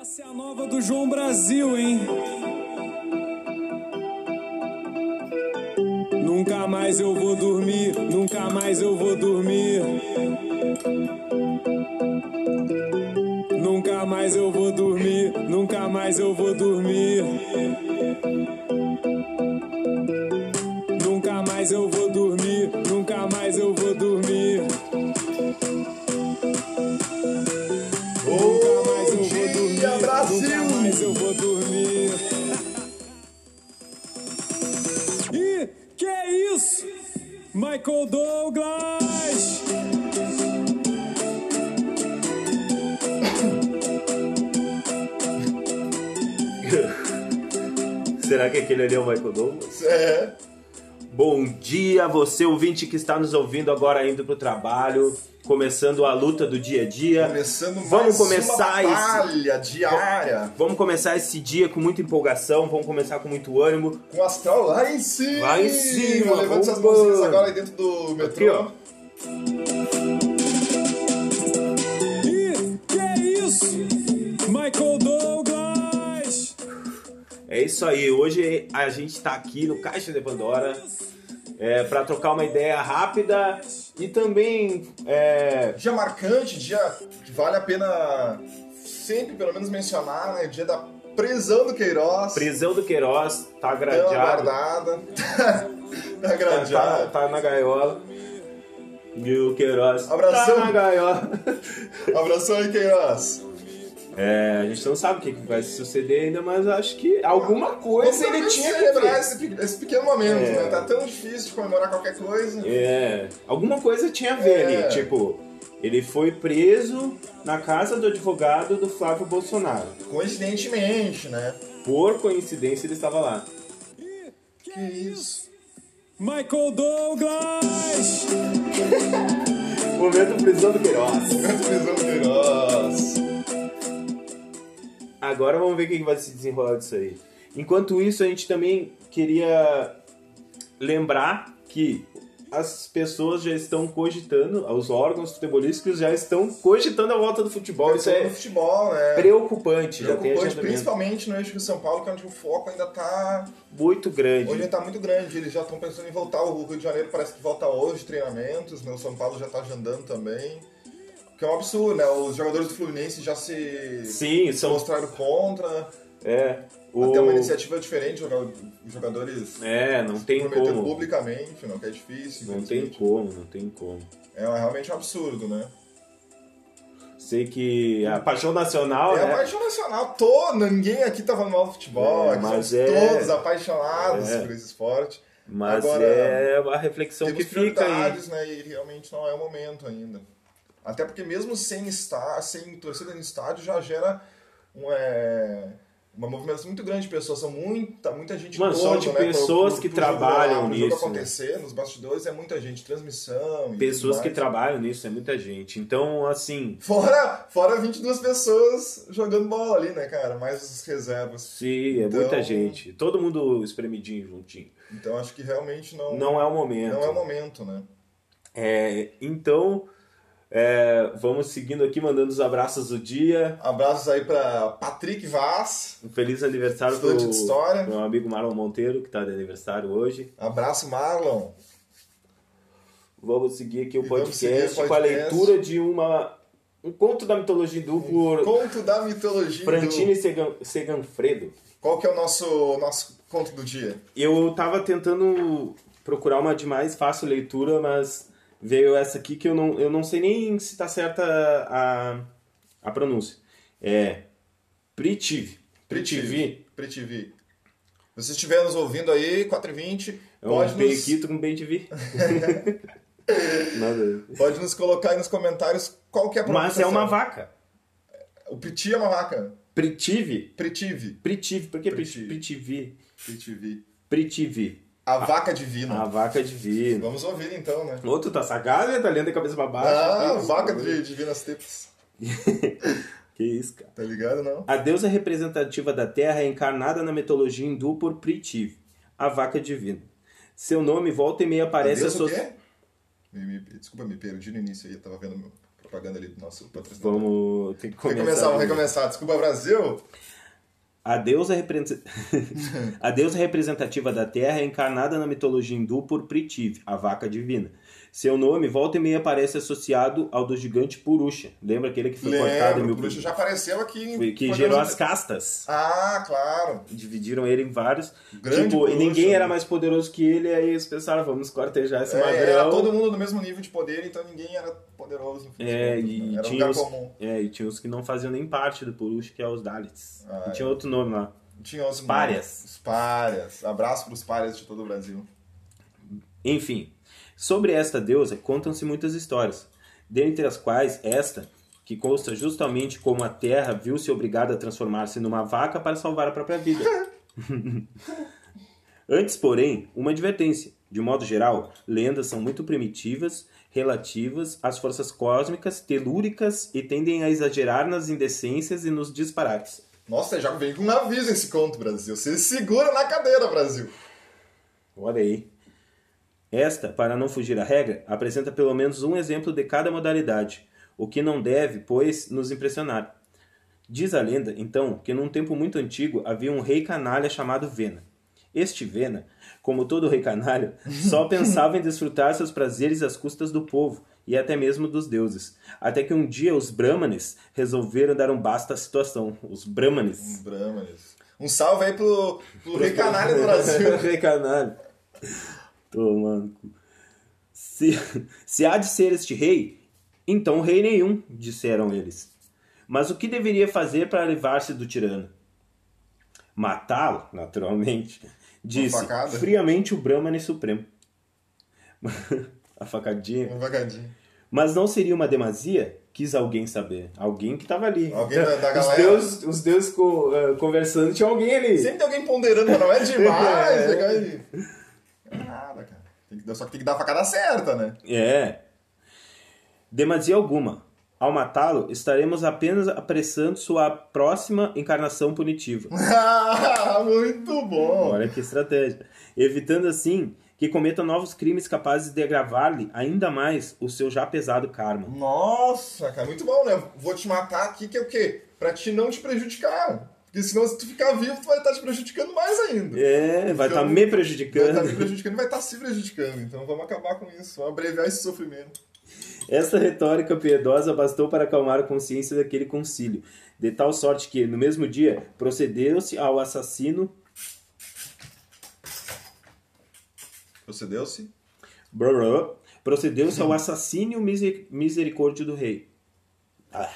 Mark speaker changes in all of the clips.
Speaker 1: Essa é a nova do João Brasil, hein? Nunca mais eu vou dormir, nunca mais eu vou dormir. Nunca mais eu vou dormir, nunca mais eu vou dormir. Nunca mais eu vou dormir, nunca mais eu vou dormir. Nunca mais eu
Speaker 2: Bom
Speaker 1: vou dormir,
Speaker 2: dia, Brasil!
Speaker 1: Nunca mais eu vou dormir. E que é isso? Michael Douglas!
Speaker 3: Será que aquele ali é o Michael Douglas?
Speaker 2: É,
Speaker 3: Bom dia, você ouvinte que está nos ouvindo agora indo pro trabalho, começando a luta do dia a dia.
Speaker 2: começando mais
Speaker 3: Vamos
Speaker 2: uma
Speaker 3: começar esse
Speaker 2: batalha diária
Speaker 3: Vamos começar esse dia com muita empolgação, vamos começar com muito ânimo.
Speaker 2: com o astral lá em cima.
Speaker 3: Lá em cima,
Speaker 2: Levante suas
Speaker 3: bombando.
Speaker 2: mãozinhas agora aí dentro do metrô.
Speaker 3: Aqui, ó.
Speaker 1: E que é isso? Michael Douglas!
Speaker 3: É isso aí, hoje a gente tá aqui no Caixa de Pandora é, para trocar uma ideia rápida e também é,
Speaker 2: Dia marcante, dia que vale a pena sempre pelo menos mencionar, né? Dia da prisão do Queiroz.
Speaker 3: prisão do Queiroz, tá
Speaker 2: Tão
Speaker 3: gradeado,
Speaker 2: aguardada. tá
Speaker 3: tá, tá-
Speaker 2: gradeada.
Speaker 3: tá na gaiola. E o Queiroz
Speaker 2: Abração.
Speaker 3: tá na gaiola. tá.
Speaker 2: Abração aí, Queiroz.
Speaker 3: É, a gente não sabe o que que vai suceder ainda, mas acho que alguma coisa ele
Speaker 2: Vamos
Speaker 3: tinha que
Speaker 2: celebrar
Speaker 3: ver.
Speaker 2: esse, pe- esse pequeno momento,
Speaker 3: É.
Speaker 2: né? Tá tão difícil de comemorar qualquer coisa.
Speaker 3: É, alguma coisa tinha a ver
Speaker 2: É.
Speaker 3: ali, tipo, ele foi preso na casa do advogado do Flávio Bolsonaro.
Speaker 2: Coincidentemente, né?
Speaker 3: Por coincidência ele estava lá.
Speaker 2: Que isso.
Speaker 1: Michael Douglas!
Speaker 3: Momento prisão do Queiroz.
Speaker 2: Prisão do Queiroz.
Speaker 3: Agora vamos ver o que que vai se desenrolar disso aí. Enquanto isso, a gente também queria lembrar que as pessoas já estão cogitando, os órgãos futebolísticos já estão cogitando a volta do futebol. Isso
Speaker 2: Pensando
Speaker 3: é
Speaker 2: Então, no futebol, né?
Speaker 3: preocupante, já tem
Speaker 2: Preocupante,
Speaker 3: agendamento
Speaker 2: principalmente no eixo de São Paulo, que é onde o foco ainda tá.
Speaker 3: muito grande.
Speaker 2: Hoje tá muito grande. Eles já estão pensando em voltar. O Rio de Janeiro parece que volta hoje, treinamentos, né? O São Paulo já tá agendando também. Que é um absurdo, né? Os jogadores do Fluminense já se
Speaker 3: Sim, são
Speaker 2: mostraram contra.
Speaker 3: é o
Speaker 2: Até uma iniciativa diferente, joga- os jogadores
Speaker 3: é, não tem
Speaker 2: prometeram
Speaker 3: como.
Speaker 2: publicamente, não, que é difícil.
Speaker 3: Não tem
Speaker 2: infelizmente.
Speaker 3: como, não tem como.
Speaker 2: É realmente um absurdo, né?
Speaker 3: Sei que a paixão nacional,
Speaker 2: É
Speaker 3: né?
Speaker 2: apaixonado, nacional, tô, ninguém aqui tava mal no futebol,
Speaker 3: É,
Speaker 2: aqui
Speaker 3: mas
Speaker 2: somos
Speaker 3: é-
Speaker 2: todos apaixonados
Speaker 3: É.
Speaker 2: por esse esporte.
Speaker 3: Mas
Speaker 2: Agora,
Speaker 3: é uma reflexão que
Speaker 2: Temos
Speaker 3: fica aí.
Speaker 2: prioridades, né, e realmente não é o momento ainda. Até porque mesmo sem, está, sem torcida no estádio já gera um, é, uma movimentação muito grande de pessoas, são muita, muita gente
Speaker 3: Mano,
Speaker 2: em
Speaker 3: só
Speaker 2: torno,
Speaker 3: de
Speaker 2: né, pro-
Speaker 3: pessoas que
Speaker 2: pro jogo rolar,
Speaker 3: trabalham
Speaker 2: pro jogo
Speaker 3: nisso, né?
Speaker 2: acontecer, nos bastidores é muita gente, transmissão e
Speaker 3: Pessoas que
Speaker 2: tudo mais.
Speaker 3: trabalham nisso, é muita gente. Então, assim,
Speaker 2: Fora, fora 22 pessoas jogando bola ali, né, cara? Mais os reservas.
Speaker 3: se é
Speaker 2: Então-
Speaker 3: muita gente. Todo mundo espremidinho juntinho.
Speaker 2: Então acho que realmente não,
Speaker 3: Não é o momento.
Speaker 2: não é o momento, né?
Speaker 3: É, então, é, vamos seguindo aqui, mandando os abraços do dia.
Speaker 2: Abraços aí pra Patrick Vaz,
Speaker 3: Um feliz aniversário pro
Speaker 2: estudante de história.
Speaker 3: meu amigo Marlon Monteiro, que tá de aniversário hoje.
Speaker 2: Abraço, Marlon.
Speaker 3: Vamos seguir aqui o
Speaker 2: E vamos seguir o
Speaker 3: podcast com a
Speaker 2: podcast. Um
Speaker 3: leitura de uma um conto da mitologia hindu por
Speaker 2: Conto da mitologia.
Speaker 3: Frantini Segan- Seganfredo.
Speaker 2: hindu. Qual que é o nosso, nosso conto do dia?
Speaker 3: Eu tava tentando procurar uma de mais fácil leitura, mas veio essa aqui que eu não, eu não sei nem se tá certa a, a pronúncia. É Pritiv. Pritivi.
Speaker 2: Pritivi. Se você estiver nos ouvindo aí, 4h20,
Speaker 3: É um
Speaker 2: pode, nos,
Speaker 3: periquito com bem de vi. Nada.
Speaker 2: pode nos colocar aí nos comentários qual que é a
Speaker 3: Mas é
Speaker 2: pronunciação.
Speaker 3: uma vaca.
Speaker 2: O Priti é uma vaca.
Speaker 3: Pritive.
Speaker 2: Pritivi.
Speaker 3: Pritive. Por que Pritivi?
Speaker 2: Pritive. Pritivi.
Speaker 3: Pritivi.
Speaker 2: A vaca divina.
Speaker 3: A vaca divina.
Speaker 2: Vamos ouvir então, né?
Speaker 3: Outro tá sagaz, né? tá lendo a cabeça pra baixo.
Speaker 2: Ah,
Speaker 3: Que isso,
Speaker 2: vaca
Speaker 3: cara?
Speaker 2: de, divina Steps.
Speaker 3: Que isso, cara.
Speaker 2: Tá ligado, não?
Speaker 3: A deusa representativa da terra é encarnada na mitologia hindu por Pritiv, a vaca divina. Seu nome volta e meia aparece
Speaker 2: Adeus, o
Speaker 3: associ-
Speaker 2: quê? Me- me- Desculpa, me perdi no início aí, eu tava vendo meu propaganda ali do nosso patrocinador.
Speaker 3: Vamos. Tem que começar.
Speaker 2: Recomeçar, vamos
Speaker 3: né?
Speaker 2: recomeçar. Desculpa, Brasil!
Speaker 3: A deusa, represen- a deusa representativa da terra é encarnada na mitologia hindu por Prithvi, a vaca divina. Seu nome, volta e meia, aparece associado ao do gigante Purusha. Lembra aquele que foi cortado em
Speaker 2: Lembro,
Speaker 3: mil
Speaker 2: o Bruxa já apareceu aqui.
Speaker 3: foi-
Speaker 2: em
Speaker 3: Que
Speaker 2: programas
Speaker 3: gerou as
Speaker 2: anteriores.
Speaker 3: castas.
Speaker 2: Ah, claro.
Speaker 3: Dividiram ele em vários.
Speaker 2: Grande
Speaker 3: tipo, e
Speaker 2: Purusha,
Speaker 3: ninguém era
Speaker 2: né?
Speaker 3: mais poderoso que ele, aí eles pensaram, vamos cortejar esse
Speaker 2: É, era
Speaker 3: magrão.
Speaker 2: todo mundo do mesmo nível de poder, então ninguém era poderoso.
Speaker 3: É,
Speaker 2: infelizmente,
Speaker 3: e
Speaker 2: né? Era um
Speaker 3: tinha
Speaker 2: lugar
Speaker 3: os-
Speaker 2: comum.
Speaker 3: É, e tinha uns que não faziam nem parte do Purusha, que é os Dalits.
Speaker 2: Ah,
Speaker 3: e tinha outro nome lá.
Speaker 2: Tinha os
Speaker 3: Párias.
Speaker 2: Os párias. Abraço pros párias de todo o Brasil.
Speaker 3: Enfim, sobre esta deusa contam-se muitas histórias, dentre as quais esta, que consta justamente como a terra viu-se obrigada a transformar-se numa vaca para salvar a própria vida. Antes, porém, uma advertência. De modo geral, lendas são muito primitivas, relativas às forças cósmicas, telúricas e tendem a exagerar nas indecências e nos disparates.
Speaker 2: Nossa, já vem com um aviso esse conto, Brasil. Você segura na cadeira, Brasil.
Speaker 3: Olha aí. Esta, para não fugir à regra, apresenta pelo menos um exemplo de cada modalidade, o que não deve, pois, nos impressionar. Diz a lenda, então, que num tempo muito antigo havia um rei canalha chamado Vena. Este Vena, como todo rei canalha, só pensava em desfrutar seus prazeres às custas do povo e até mesmo dos deuses. Até que um dia os Brahmanes resolveram dar um basta à situação. Os Brahmanes.
Speaker 2: Uns brahmanes. Um salve aí pro, pro rei canalha do Brasil.
Speaker 3: Rei canalha. Tomando. cu. Se, se há de ser este rei, então rei nenhum, disseram eles. Mas o que deveria fazer para livrar-se do tirano? Matá-lo, naturalmente, disse
Speaker 2: facada?
Speaker 3: friamente o Brahmane Supremo. A facadinha.
Speaker 2: Um vagadinho.
Speaker 3: Mas não seria uma demasia? Quis alguém saber. Alguém que tava ali.
Speaker 2: Alguém da- da
Speaker 3: Os
Speaker 2: galera.
Speaker 3: deuses, os deuses co- eh, conversando, tinha alguém ali.
Speaker 2: Sempre tem alguém ponderando, mas não é
Speaker 3: É.
Speaker 2: demais. legal aí. Nada, cara. Tem que- só que tem que dar a facada certa, né?
Speaker 3: É. Demasia alguma. Ao matá-lo, estaremos apenas apressando sua próxima encarnação punitiva.
Speaker 2: Muito bom.
Speaker 3: Olha que estratégia. Evitando assim que cometa novos crimes capazes de agravar-lhe ainda mais o seu já pesado karma.
Speaker 2: Nossa, cara, muito bom, né? Vou te matar aqui, que é o quê? Pra te não te prejudicar. Porque senão, se tu ficar vivo, tu vai estar te prejudicando mais ainda.
Speaker 3: É, vai estar me
Speaker 2: Vai estar me
Speaker 3: prejudicando.
Speaker 2: prejudicando, vai estar se prejudicando. Então vamos acabar com isso, vamos abreviar esse sofrimento.
Speaker 3: Essa retórica piedosa bastou para acalmar a consciência daquele concílio, de tal sorte que, no mesmo dia, procedeu-se ao assassino
Speaker 2: Procedeu-se?
Speaker 3: Brrr. Procedeu-se ao assassínio miser- misericórdia do rei. Ah.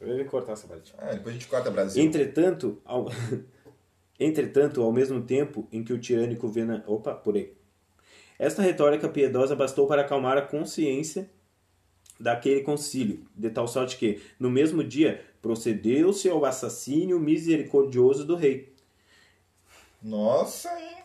Speaker 3: Eu ia cortar essa parte.
Speaker 2: Ah, depois a gente corta Brasil.
Speaker 3: Entretanto, ao... Entretanto, ao mesmo tempo em que o tirânico Vena... Opa, pulei. Esta retórica piedosa bastou para acalmar a consciência daquele concílio, de tal sorte que, no mesmo dia, procedeu-se ao assassínio misericordioso do rei.
Speaker 2: Nossa, hein?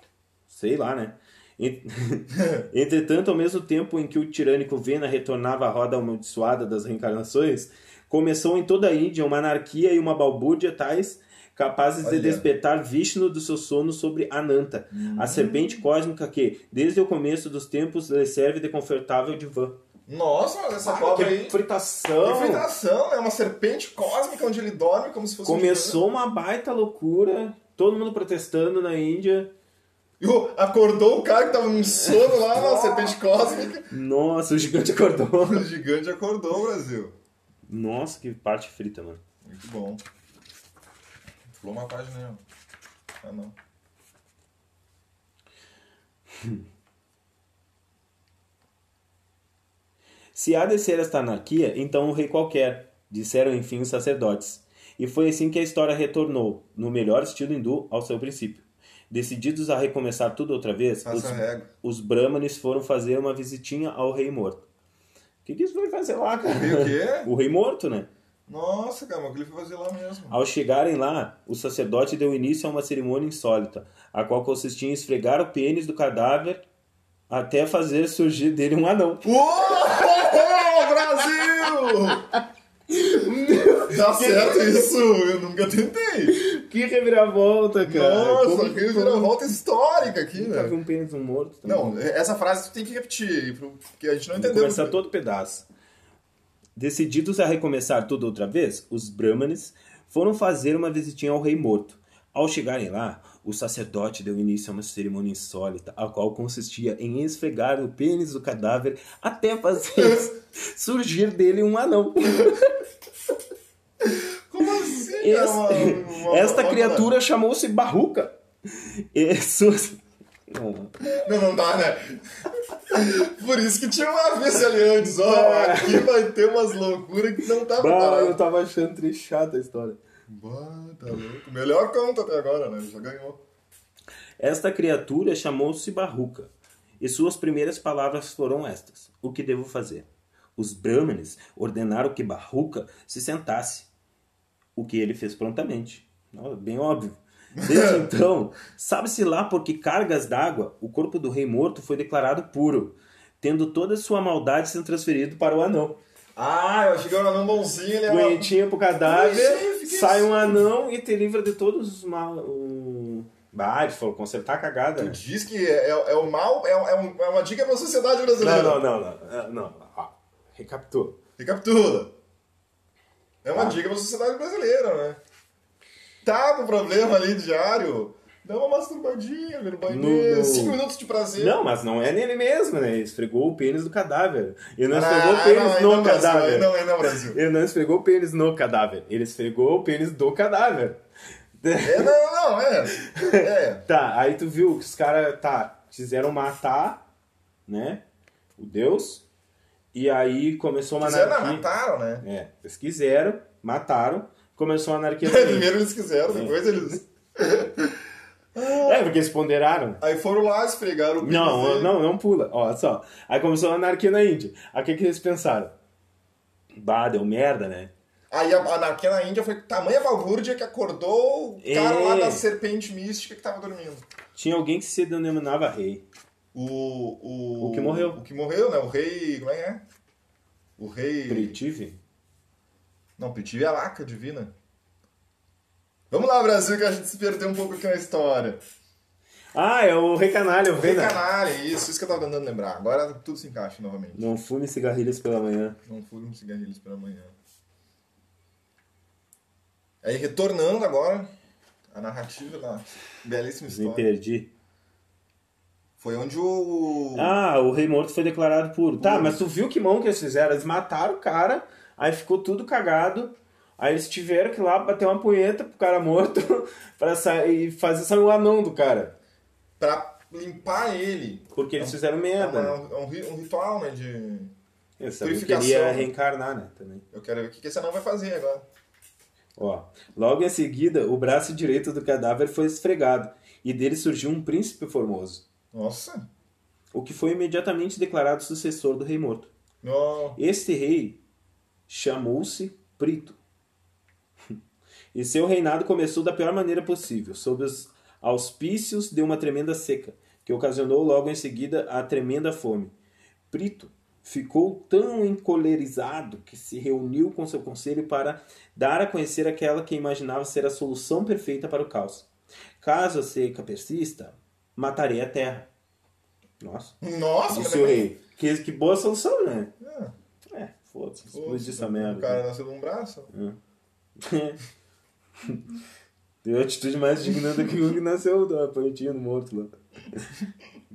Speaker 3: Sei lá, né? Ent- Entretanto, ao mesmo tempo em que o tirânico Vena retornava à roda amaldiçoada das reencarnações, começou em toda a Índia uma anarquia e uma balbúrdia tais capazes de
Speaker 2: Olha.
Speaker 3: despertar Vishnu do seu sono sobre Ananta,
Speaker 2: Hum.
Speaker 3: a serpente cósmica que, desde o começo dos tempos, lhe serve de confortável divã.
Speaker 2: Nossa, mas essa
Speaker 3: é
Speaker 2: cobra Ah, aí.
Speaker 3: fritação!
Speaker 2: Infiltração, é uma serpente cósmica onde ele dorme como se fosse um
Speaker 3: Começou uma baita loucura, todo mundo protestando na Índia.
Speaker 2: Yu, acordou o cara que tava num sono lá na serpente cósmica.
Speaker 3: Nossa, o gigante acordou!
Speaker 2: O gigante acordou, Brasil.
Speaker 3: Nossa, que parte frita, mano.
Speaker 2: Muito bom. Pulou uma página, né? Ah, não.
Speaker 3: Se há de ser esta anarquia, então um rei qualquer, disseram enfim os sacerdotes. E foi assim que a história retornou, no melhor estilo hindu, ao seu princípio. Decididos a recomeçar tudo outra vez, os,
Speaker 2: Passa a régua.
Speaker 3: os brahmanes foram fazer uma visitinha ao rei morto. O que, que isso vai fazer lá, cara?
Speaker 2: E o quê?
Speaker 3: O rei morto, né?
Speaker 2: Nossa, cara, mas o que ele foi fazer lá mesmo?
Speaker 3: Ao chegarem lá, o sacerdote deu início a uma cerimônia insólita, a qual consistia em esfregar o pênis do cadáver até fazer surgir dele um anão.
Speaker 2: Uou, Brasil! Dá certo isso? Eu nunca tentei.
Speaker 3: Que reviravolta, cara!
Speaker 2: Nossa,
Speaker 3: Como-
Speaker 2: que volta histórica aqui,
Speaker 3: Nunca
Speaker 2: né?
Speaker 3: vi um pênis no morto. também.
Speaker 2: é, Não, essa frase tu tem que repetir, porque a gente não
Speaker 3: Vou
Speaker 2: entendeu.
Speaker 3: começar todo pedaço. Decididos a recomeçar tudo outra vez, os Brahmanes foram fazer uma visitinha ao rei morto. Ao chegarem lá, o sacerdote deu início a uma cerimônia insólita, a qual consistia em esfregar o pênis do cadáver até fazer surgir dele um anão.
Speaker 2: Como assim?
Speaker 3: Esse-
Speaker 2: É uma- uma-
Speaker 3: Esta
Speaker 2: uma-
Speaker 3: criatura chamou-se Barruca. E suas- Não.
Speaker 2: Não, não dá, né? Por isso que tinha uma vez ali antes, ó, aqui vai ter umas loucuras que não tá
Speaker 3: Bah,
Speaker 2: preparado.
Speaker 3: eu tava achando trechada a história.
Speaker 2: Bah, tá louco. Melhor conta até agora, né? Já ganhou.
Speaker 3: Esta criatura chamou-se Barruca, e suas primeiras palavras foram estas: O que devo fazer? Os Brahmanes ordenaram que Barruca se sentasse, o que ele fez prontamente. Ó, Bem óbvio. Desde então, sabe-se lá por que cargas d'água o corpo do rei morto foi declarado puro, tendo toda sua maldade sendo transferido para o anão.
Speaker 2: Ah, eu achei que era um bonzinho, ele é uma...
Speaker 3: Punhetinha pro
Speaker 2: Pois é,
Speaker 3: cadáver,
Speaker 2: fiquei
Speaker 3: sai um anão e te livra de todos os mal. O... Bah, ele falou, consertar a cagada. né?
Speaker 2: Diz que é, é- é o mal, é, é um- é uma dica pra sociedade brasileira.
Speaker 3: Não, não, não, não. Ah, não. Ó, recapitula.
Speaker 2: Recapitula. É uma dica pra sociedade brasileira, né? Tá com problema ali diário. Dá uma masturbadinha, vira o
Speaker 3: No- no-
Speaker 2: banheiro. Cinco minutos de prazer.
Speaker 3: Não, mas não é nele mesmo, né? Ele esfregou o pênis do cadáver. Ele
Speaker 2: Ah,
Speaker 3: não esfregou o pênis
Speaker 2: não, aí
Speaker 3: no
Speaker 2: não é Brasil,
Speaker 3: cadáver.
Speaker 2: aí Não, é no Brasil.
Speaker 3: Ele não esfregou o pênis no cadáver. Ele esfregou o pênis do cadáver.
Speaker 2: É, não, não, é. É.
Speaker 3: Tá, aí tu viu que os caras, tá, quiseram matar, né? O deus. E aí começou uma
Speaker 2: Quiseram,
Speaker 3: anarquia.
Speaker 2: mataram, né?
Speaker 3: É, eles quiseram, mataram, começou a
Speaker 2: É
Speaker 3: anarquia. também.
Speaker 2: Primeiro eles quiseram, depois eles.
Speaker 3: é, porque eles ponderaram.
Speaker 2: Aí foram lá, esfregaram o pênis
Speaker 3: Não,
Speaker 2: dele.
Speaker 3: não, não pula. Ó, só. Aí começou a anarquia na Índia. Aí o que, que eles pensaram? Bah, deu merda, né?
Speaker 2: Aí a anarquia na Índia foi tamanha balbúrdia que acordou o cara
Speaker 3: É.
Speaker 2: lá da serpente mística que tava dormindo.
Speaker 3: Tinha alguém que se denominava rei.
Speaker 2: O, o,
Speaker 3: O que morreu.
Speaker 2: O que morreu, né? O rei. Como é que é? O rei.
Speaker 3: Prithvi?
Speaker 2: Não, Priti é a laca divina. Vamos lá, Brasil, que a gente se perdeu um pouco aqui na história.
Speaker 3: Ah, é o rei canalha, o
Speaker 2: Rei
Speaker 3: rei canalha.
Speaker 2: canalha, isso, isso que eu tava tentando lembrar. Agora tudo se encaixa novamente.
Speaker 3: Não fume cigarrilhos pela manhã.
Speaker 2: Não fui um cigarrilhos para amanhã. Aí, retornando agora, a narrativa da belíssima
Speaker 3: Me
Speaker 2: história.
Speaker 3: perdi.
Speaker 2: Foi onde o.
Speaker 3: Ah, o rei morto foi declarado puro. Tá,
Speaker 2: Puro.
Speaker 3: mas tu viu que mão que eles fizeram? Eles mataram o cara, aí ficou tudo cagado. Aí eles tiveram que ir lá bater uma punheta pro cara morto pra sair, e fazer sair o anão do cara.
Speaker 2: Pra limpar ele.
Speaker 3: Porque eles
Speaker 2: É um-
Speaker 3: fizeram
Speaker 2: É
Speaker 3: merda. né?
Speaker 2: um, é um ri- um ritual, né? De.
Speaker 3: Eles também
Speaker 2: Purificação,
Speaker 3: queria
Speaker 2: né?
Speaker 3: reencarnar, né? Também.
Speaker 2: Eu quero ver o que que esse anão vai fazer agora.
Speaker 3: Ó, logo em seguida, o braço direito do cadáver foi esfregado e dele surgiu um príncipe formoso,
Speaker 2: Nossa!
Speaker 3: o que foi imediatamente declarado sucessor do rei morto.
Speaker 2: Não.
Speaker 3: Este rei chamou-se Prito. E seu reinado começou da pior maneira possível, sob os auspícios de uma tremenda seca, que ocasionou logo em seguida a tremenda fome. Prito ficou tão encolerizado que se reuniu com seu conselho para dar a conhecer aquela que imaginava ser a solução perfeita para o caos. Caso a seca persista, matarei a terra. Nossa,
Speaker 2: Nossa,
Speaker 3: disse o rei. Que, que boa solução, né?
Speaker 2: Ah,
Speaker 3: É,
Speaker 2: foda-se,
Speaker 3: foda-se, explodiu essa
Speaker 2: O
Speaker 3: merda.
Speaker 2: cara nasceu de um braço.
Speaker 3: Deu atitude mais digna do que o que nasceu da pontinha do morto lá.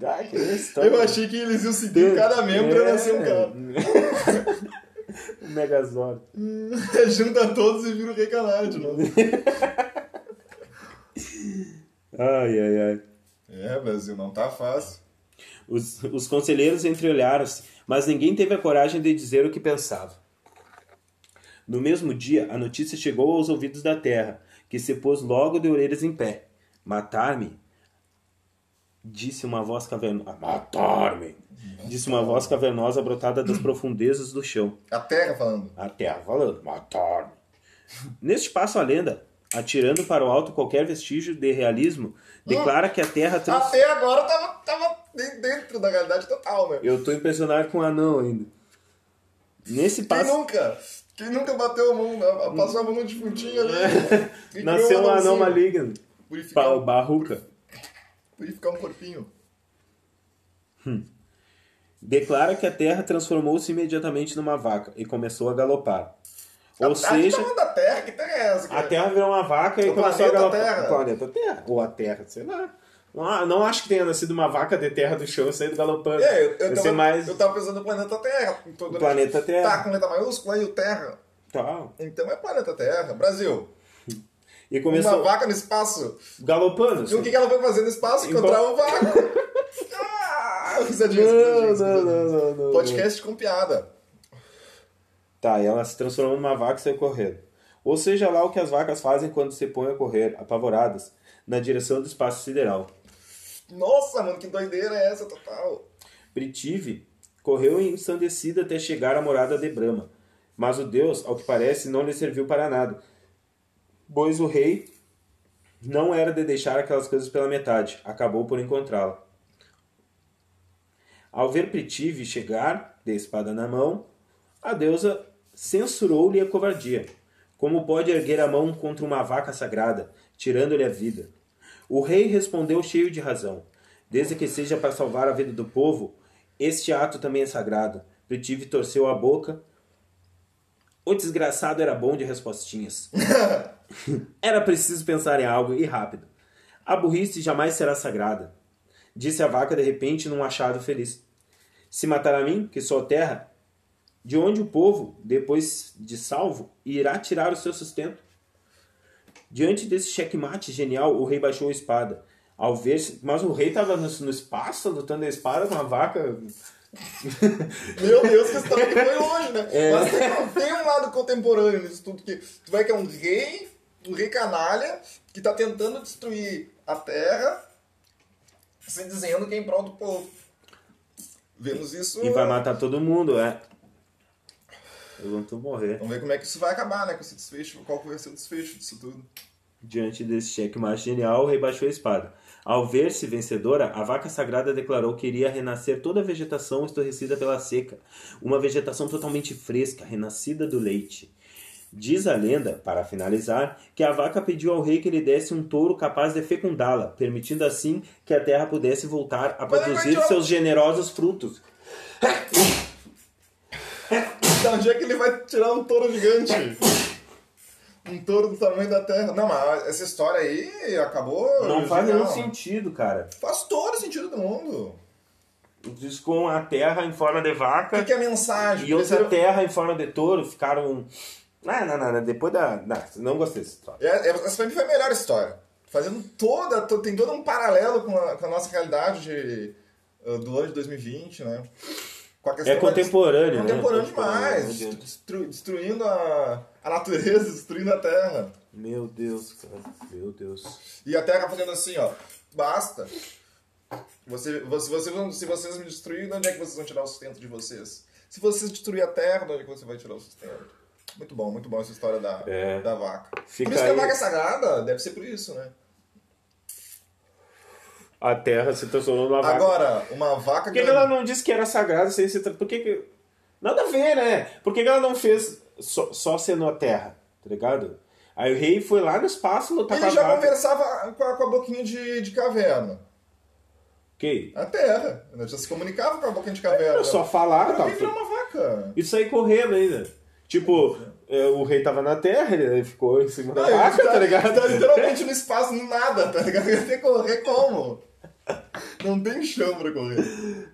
Speaker 3: Ah, que história.
Speaker 2: Eu achei que eles iam
Speaker 3: um
Speaker 2: seguir cada membro
Speaker 3: é.
Speaker 2: pra nascer um cara.
Speaker 3: O Megazord.
Speaker 2: Junta todos e vira o rei canalha de novo.
Speaker 3: Ai, ai, ai.
Speaker 2: É, Brasil, não tá fácil.
Speaker 3: Os, os conselheiros entreolharam-se, mas ninguém teve a coragem de dizer o que pensava. No mesmo dia, a notícia chegou aos ouvidos da terra, que se pôs logo de orelhas em pé. Matar-me? Disse uma voz cavernosa. Matar-me! Disse uma voz cavernosa brotada das profundezas do chão.
Speaker 2: A terra falando.
Speaker 3: A terra falando, matar-me. Neste passo, a lenda, atirando para o alto qualquer vestígio de realismo, declara que a terra trans...
Speaker 2: Até agora tava, tava de- dentro da realidade total, né?
Speaker 3: Eu tô impressionado com o anão ainda. Nesse
Speaker 2: Quem
Speaker 3: passo.
Speaker 2: nunca? Quem nunca bateu a mão, a- a- passou a mão no defuntinho ali? E
Speaker 3: Nasceu
Speaker 2: criou
Speaker 3: um anão
Speaker 2: anãozinho.
Speaker 3: maligno.
Speaker 2: Purificar,
Speaker 3: Pau,
Speaker 2: um-
Speaker 3: barruca.
Speaker 2: purificar um corpinho.
Speaker 3: Declara que a terra transformou-se imediatamente numa vaca e começou a galopar. Ou
Speaker 2: a,
Speaker 3: seja,
Speaker 2: a, da terra, Ah, que terra é essa?
Speaker 3: a
Speaker 2: cara?
Speaker 3: Terra virou uma vaca e
Speaker 2: O
Speaker 3: começou a
Speaker 2: planeta
Speaker 3: galopar.
Speaker 2: Terra.
Speaker 3: O planeta Terra. Ou a Terra, sei lá. Não, não acho que tenha nascido uma vaca de terra do chão e saído galopando.
Speaker 2: É, eu, eu,
Speaker 3: Vai ser
Speaker 2: tava,
Speaker 3: mais.
Speaker 2: eu tava pensando no planeta Terra. com todo-
Speaker 3: O planeta Terra.
Speaker 2: Tá, com letra maiúscula e o Terra.
Speaker 3: Tal.
Speaker 2: Então é planeta Terra. Brasil.
Speaker 3: E começou
Speaker 2: Uma vaca no espaço. E
Speaker 3: galopando.
Speaker 2: o
Speaker 3: assim.
Speaker 2: que, que ela foi fazer no espaço?
Speaker 3: Enquanto-
Speaker 2: Encontrar um vácuo. ah, risadinha,
Speaker 3: Não,
Speaker 2: risadinha,
Speaker 3: não,
Speaker 2: risadinha.
Speaker 3: não, não, não.
Speaker 2: Podcast com piada.
Speaker 3: Tá, e ela se transformou numa vaca e saiu correndo. Ou seja lá o que as vacas fazem quando se põem a correr, apavoradas, na direção do espaço sideral.
Speaker 2: Nossa, mano, que doideira é essa total?
Speaker 3: Pritive correu ensandecida até chegar à morada de Brahma. Mas o deus, ao que parece, não lhe serviu para nada, pois o rei não era de deixar aquelas coisas pela metade, acabou por encontrá-la. Ao ver Pritive chegar, de espada na mão, a deusa censurou-lhe a covardia. Como pode erguer a mão contra uma vaca sagrada, tirando-lhe a vida? O rei respondeu cheio de razão. Desde que seja para salvar a vida do povo, este ato também é sagrado. Pritive torceu a boca. O desgraçado era bom de respostinhas. Era preciso pensar em algo e rápido. A burrice jamais será sagrada, disse a vaca de repente num achado feliz. Se matar a mim, que sou terra, de onde o povo, depois de salvo, irá tirar o seu sustento? Diante desse checkmate genial, o rei baixou a espada. Ao ver, mas o rei estava no, no espaço lutando a espada com a vaca.
Speaker 2: Meu Deus, que história que foi longe, né?
Speaker 3: É.
Speaker 2: Mas tem, tem um lado contemporâneo nisso tudo, que tu vai que é um rei, um rei canalha, que tá tentando destruir a terra, se dizendo que é em prol do povo. Vemos isso.
Speaker 3: E vai matar todo mundo, é. Eu não tô morrer.
Speaker 2: Vamos ver como é que isso vai acabar, né? Com esse desfecho, qual vai ser o desfecho disso tudo.
Speaker 3: Diante desse checkmate genial, o rei baixou a espada. Ao ver-se vencedora, a vaca sagrada declarou que iria renascer toda a vegetação estorrecida pela seca, uma vegetação totalmente fresca, renascida do leite. Diz a lenda, para finalizar, que a vaca pediu ao rei que lhe desse um touro capaz de fecundá-la, permitindo assim que a terra pudesse voltar a
Speaker 2: Mas,
Speaker 3: produzir
Speaker 2: mas,
Speaker 3: seus generosos frutos.
Speaker 2: Então, onde é que ele vai tirar um touro gigante? Um touro do tamanho da terra. Não, mas essa história aí acabou.
Speaker 3: Não faz nenhum
Speaker 2: original.
Speaker 3: sentido, cara.
Speaker 2: Faz todo o sentido do mundo.
Speaker 3: Diz com a terra em forma de vaca
Speaker 2: O que é mensagem?
Speaker 3: E outra terra em forma de touro ficaram. Ah, não, não, não. Depois da. Não, não gostei dessa história.
Speaker 2: É, é- essa pra mim foi a melhor história. Fazendo toda. to- tem todo um paralelo com a, com a nossa realidade de, uh, do ano de 2020, né? Com a questão
Speaker 3: É contemporâneo,
Speaker 2: da,
Speaker 3: né?
Speaker 2: Contemporâneo
Speaker 3: Contemporâneo,
Speaker 2: demais.
Speaker 3: meu Deus.
Speaker 2: destru- destruindo a, a natureza, destruindo a terra.
Speaker 3: Meu Deus, cara. Meu Deus.
Speaker 2: E a terra fazendo assim, ó. Basta. Você, você, você, vão- se vocês me destruírem, de onde é que vocês vão tirar o sustento de vocês? Se vocês destruírem a terra, de onde é que você vai tirar o sustento? Muito bom, muito bom essa história da,
Speaker 3: É.
Speaker 2: da vaca.
Speaker 3: Fica
Speaker 2: por isso que a
Speaker 3: aí.
Speaker 2: vaca é sagrada, deve ser por isso, né?
Speaker 3: A terra se transformou numa vaca.
Speaker 2: Agora, uma vaca
Speaker 3: Por que, que ela não disse que era sagrada sem se. tra- Por que, que. Nada a ver, né? Por que, que ela não fez só, só sendo a terra? Tá ligado? Aí o rei foi lá no espaço lutar tá com
Speaker 2: Ele
Speaker 3: a
Speaker 2: já
Speaker 3: vaca.
Speaker 2: conversava com a, com a boquinha de, de caverna.
Speaker 3: Ok.
Speaker 2: A terra. né? Já se comunicava com a boquinha de caverna.
Speaker 3: Era só tá falar,
Speaker 2: Pra
Speaker 3: tal.
Speaker 2: mim virou é uma vaca.
Speaker 3: E sair correndo ainda. Tipo, eh, o rei tava na terra, ele ficou em cima da
Speaker 2: ele
Speaker 3: vaca, tá ligado?
Speaker 2: tá literalmente no espaço, no nada, tá ligado? Ia ter que correr como? Não tem chão pra correr.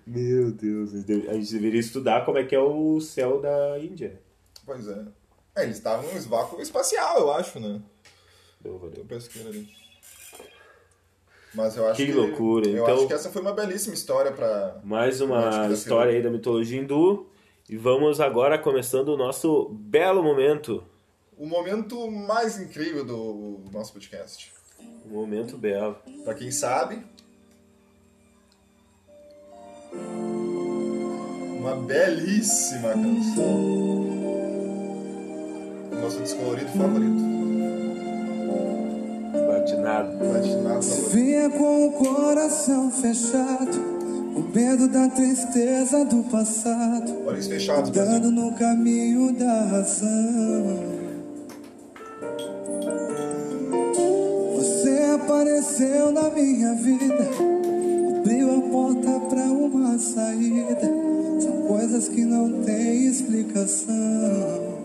Speaker 3: Meu Deus, a gente deveria estudar como é que é o céu da Índia.
Speaker 2: Pois é. É, eles estavam num vácuo espacial, eu acho, né?
Speaker 3: Eu vou
Speaker 2: Tem um
Speaker 3: ler.
Speaker 2: pesqueiro ali. Mas eu acho
Speaker 3: Que
Speaker 2: que.
Speaker 3: loucura,
Speaker 2: Eu
Speaker 3: então-
Speaker 2: acho que essa foi uma belíssima história pra.
Speaker 3: Mais
Speaker 2: Eu acho que
Speaker 3: uma
Speaker 2: tá
Speaker 3: história aí da mitologia hindu. E vamos agora começando o nosso belo momento.
Speaker 2: O momento mais incrível do nosso podcast.
Speaker 3: Um momento belo.
Speaker 2: Pra quem sabe. Uma belíssima canção. O nosso descolorido favorito.
Speaker 3: Batinado.
Speaker 2: Platinado favorito.
Speaker 4: Via com o coração fechado, o medo da tristeza do passado,
Speaker 2: Olhos fechados, Brasil.
Speaker 4: dando no caminho da razão. Você apareceu na minha vida, abriu a porta pra uma saída. São coisas que não têm explicação.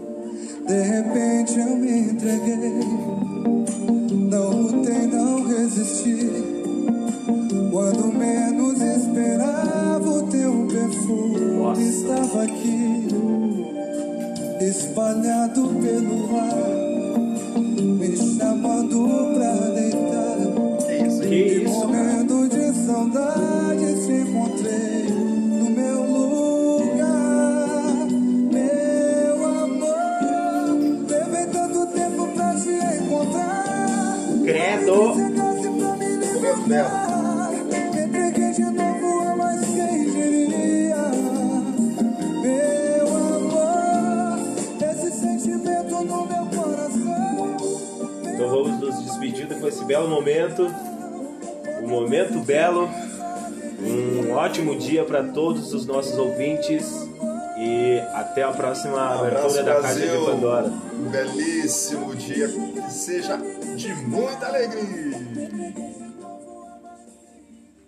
Speaker 4: De repente eu me entreguei. Não lutei, não resisti. Quando menos esperava, o teu perfume
Speaker 3: Nossa.
Speaker 4: estava aqui, espalhado pelo ar, me chamando pra deitar.
Speaker 2: Que é isso,
Speaker 3: Que isso, cara?
Speaker 4: Morrendo de saudade, te encontrei no meu lugar. Meu amor, levei tanto tempo pra te encontrar.
Speaker 3: Credo.
Speaker 4: Chegasse pra me
Speaker 2: Meu Deus.
Speaker 4: levantar. Entreguei de novo a é mais quem diria. Meu amor, esse sentimento no meu coração.
Speaker 3: Então vamos nos despedindo com esse belo momento. Um momento belo. Um ótimo dia para todos os nossos ouvintes. E até a próxima abertura
Speaker 2: abraço,
Speaker 3: da Caixa de
Speaker 2: Brasil.
Speaker 3: Pandora.
Speaker 2: Um belíssimo dia, que seja de muita alegria.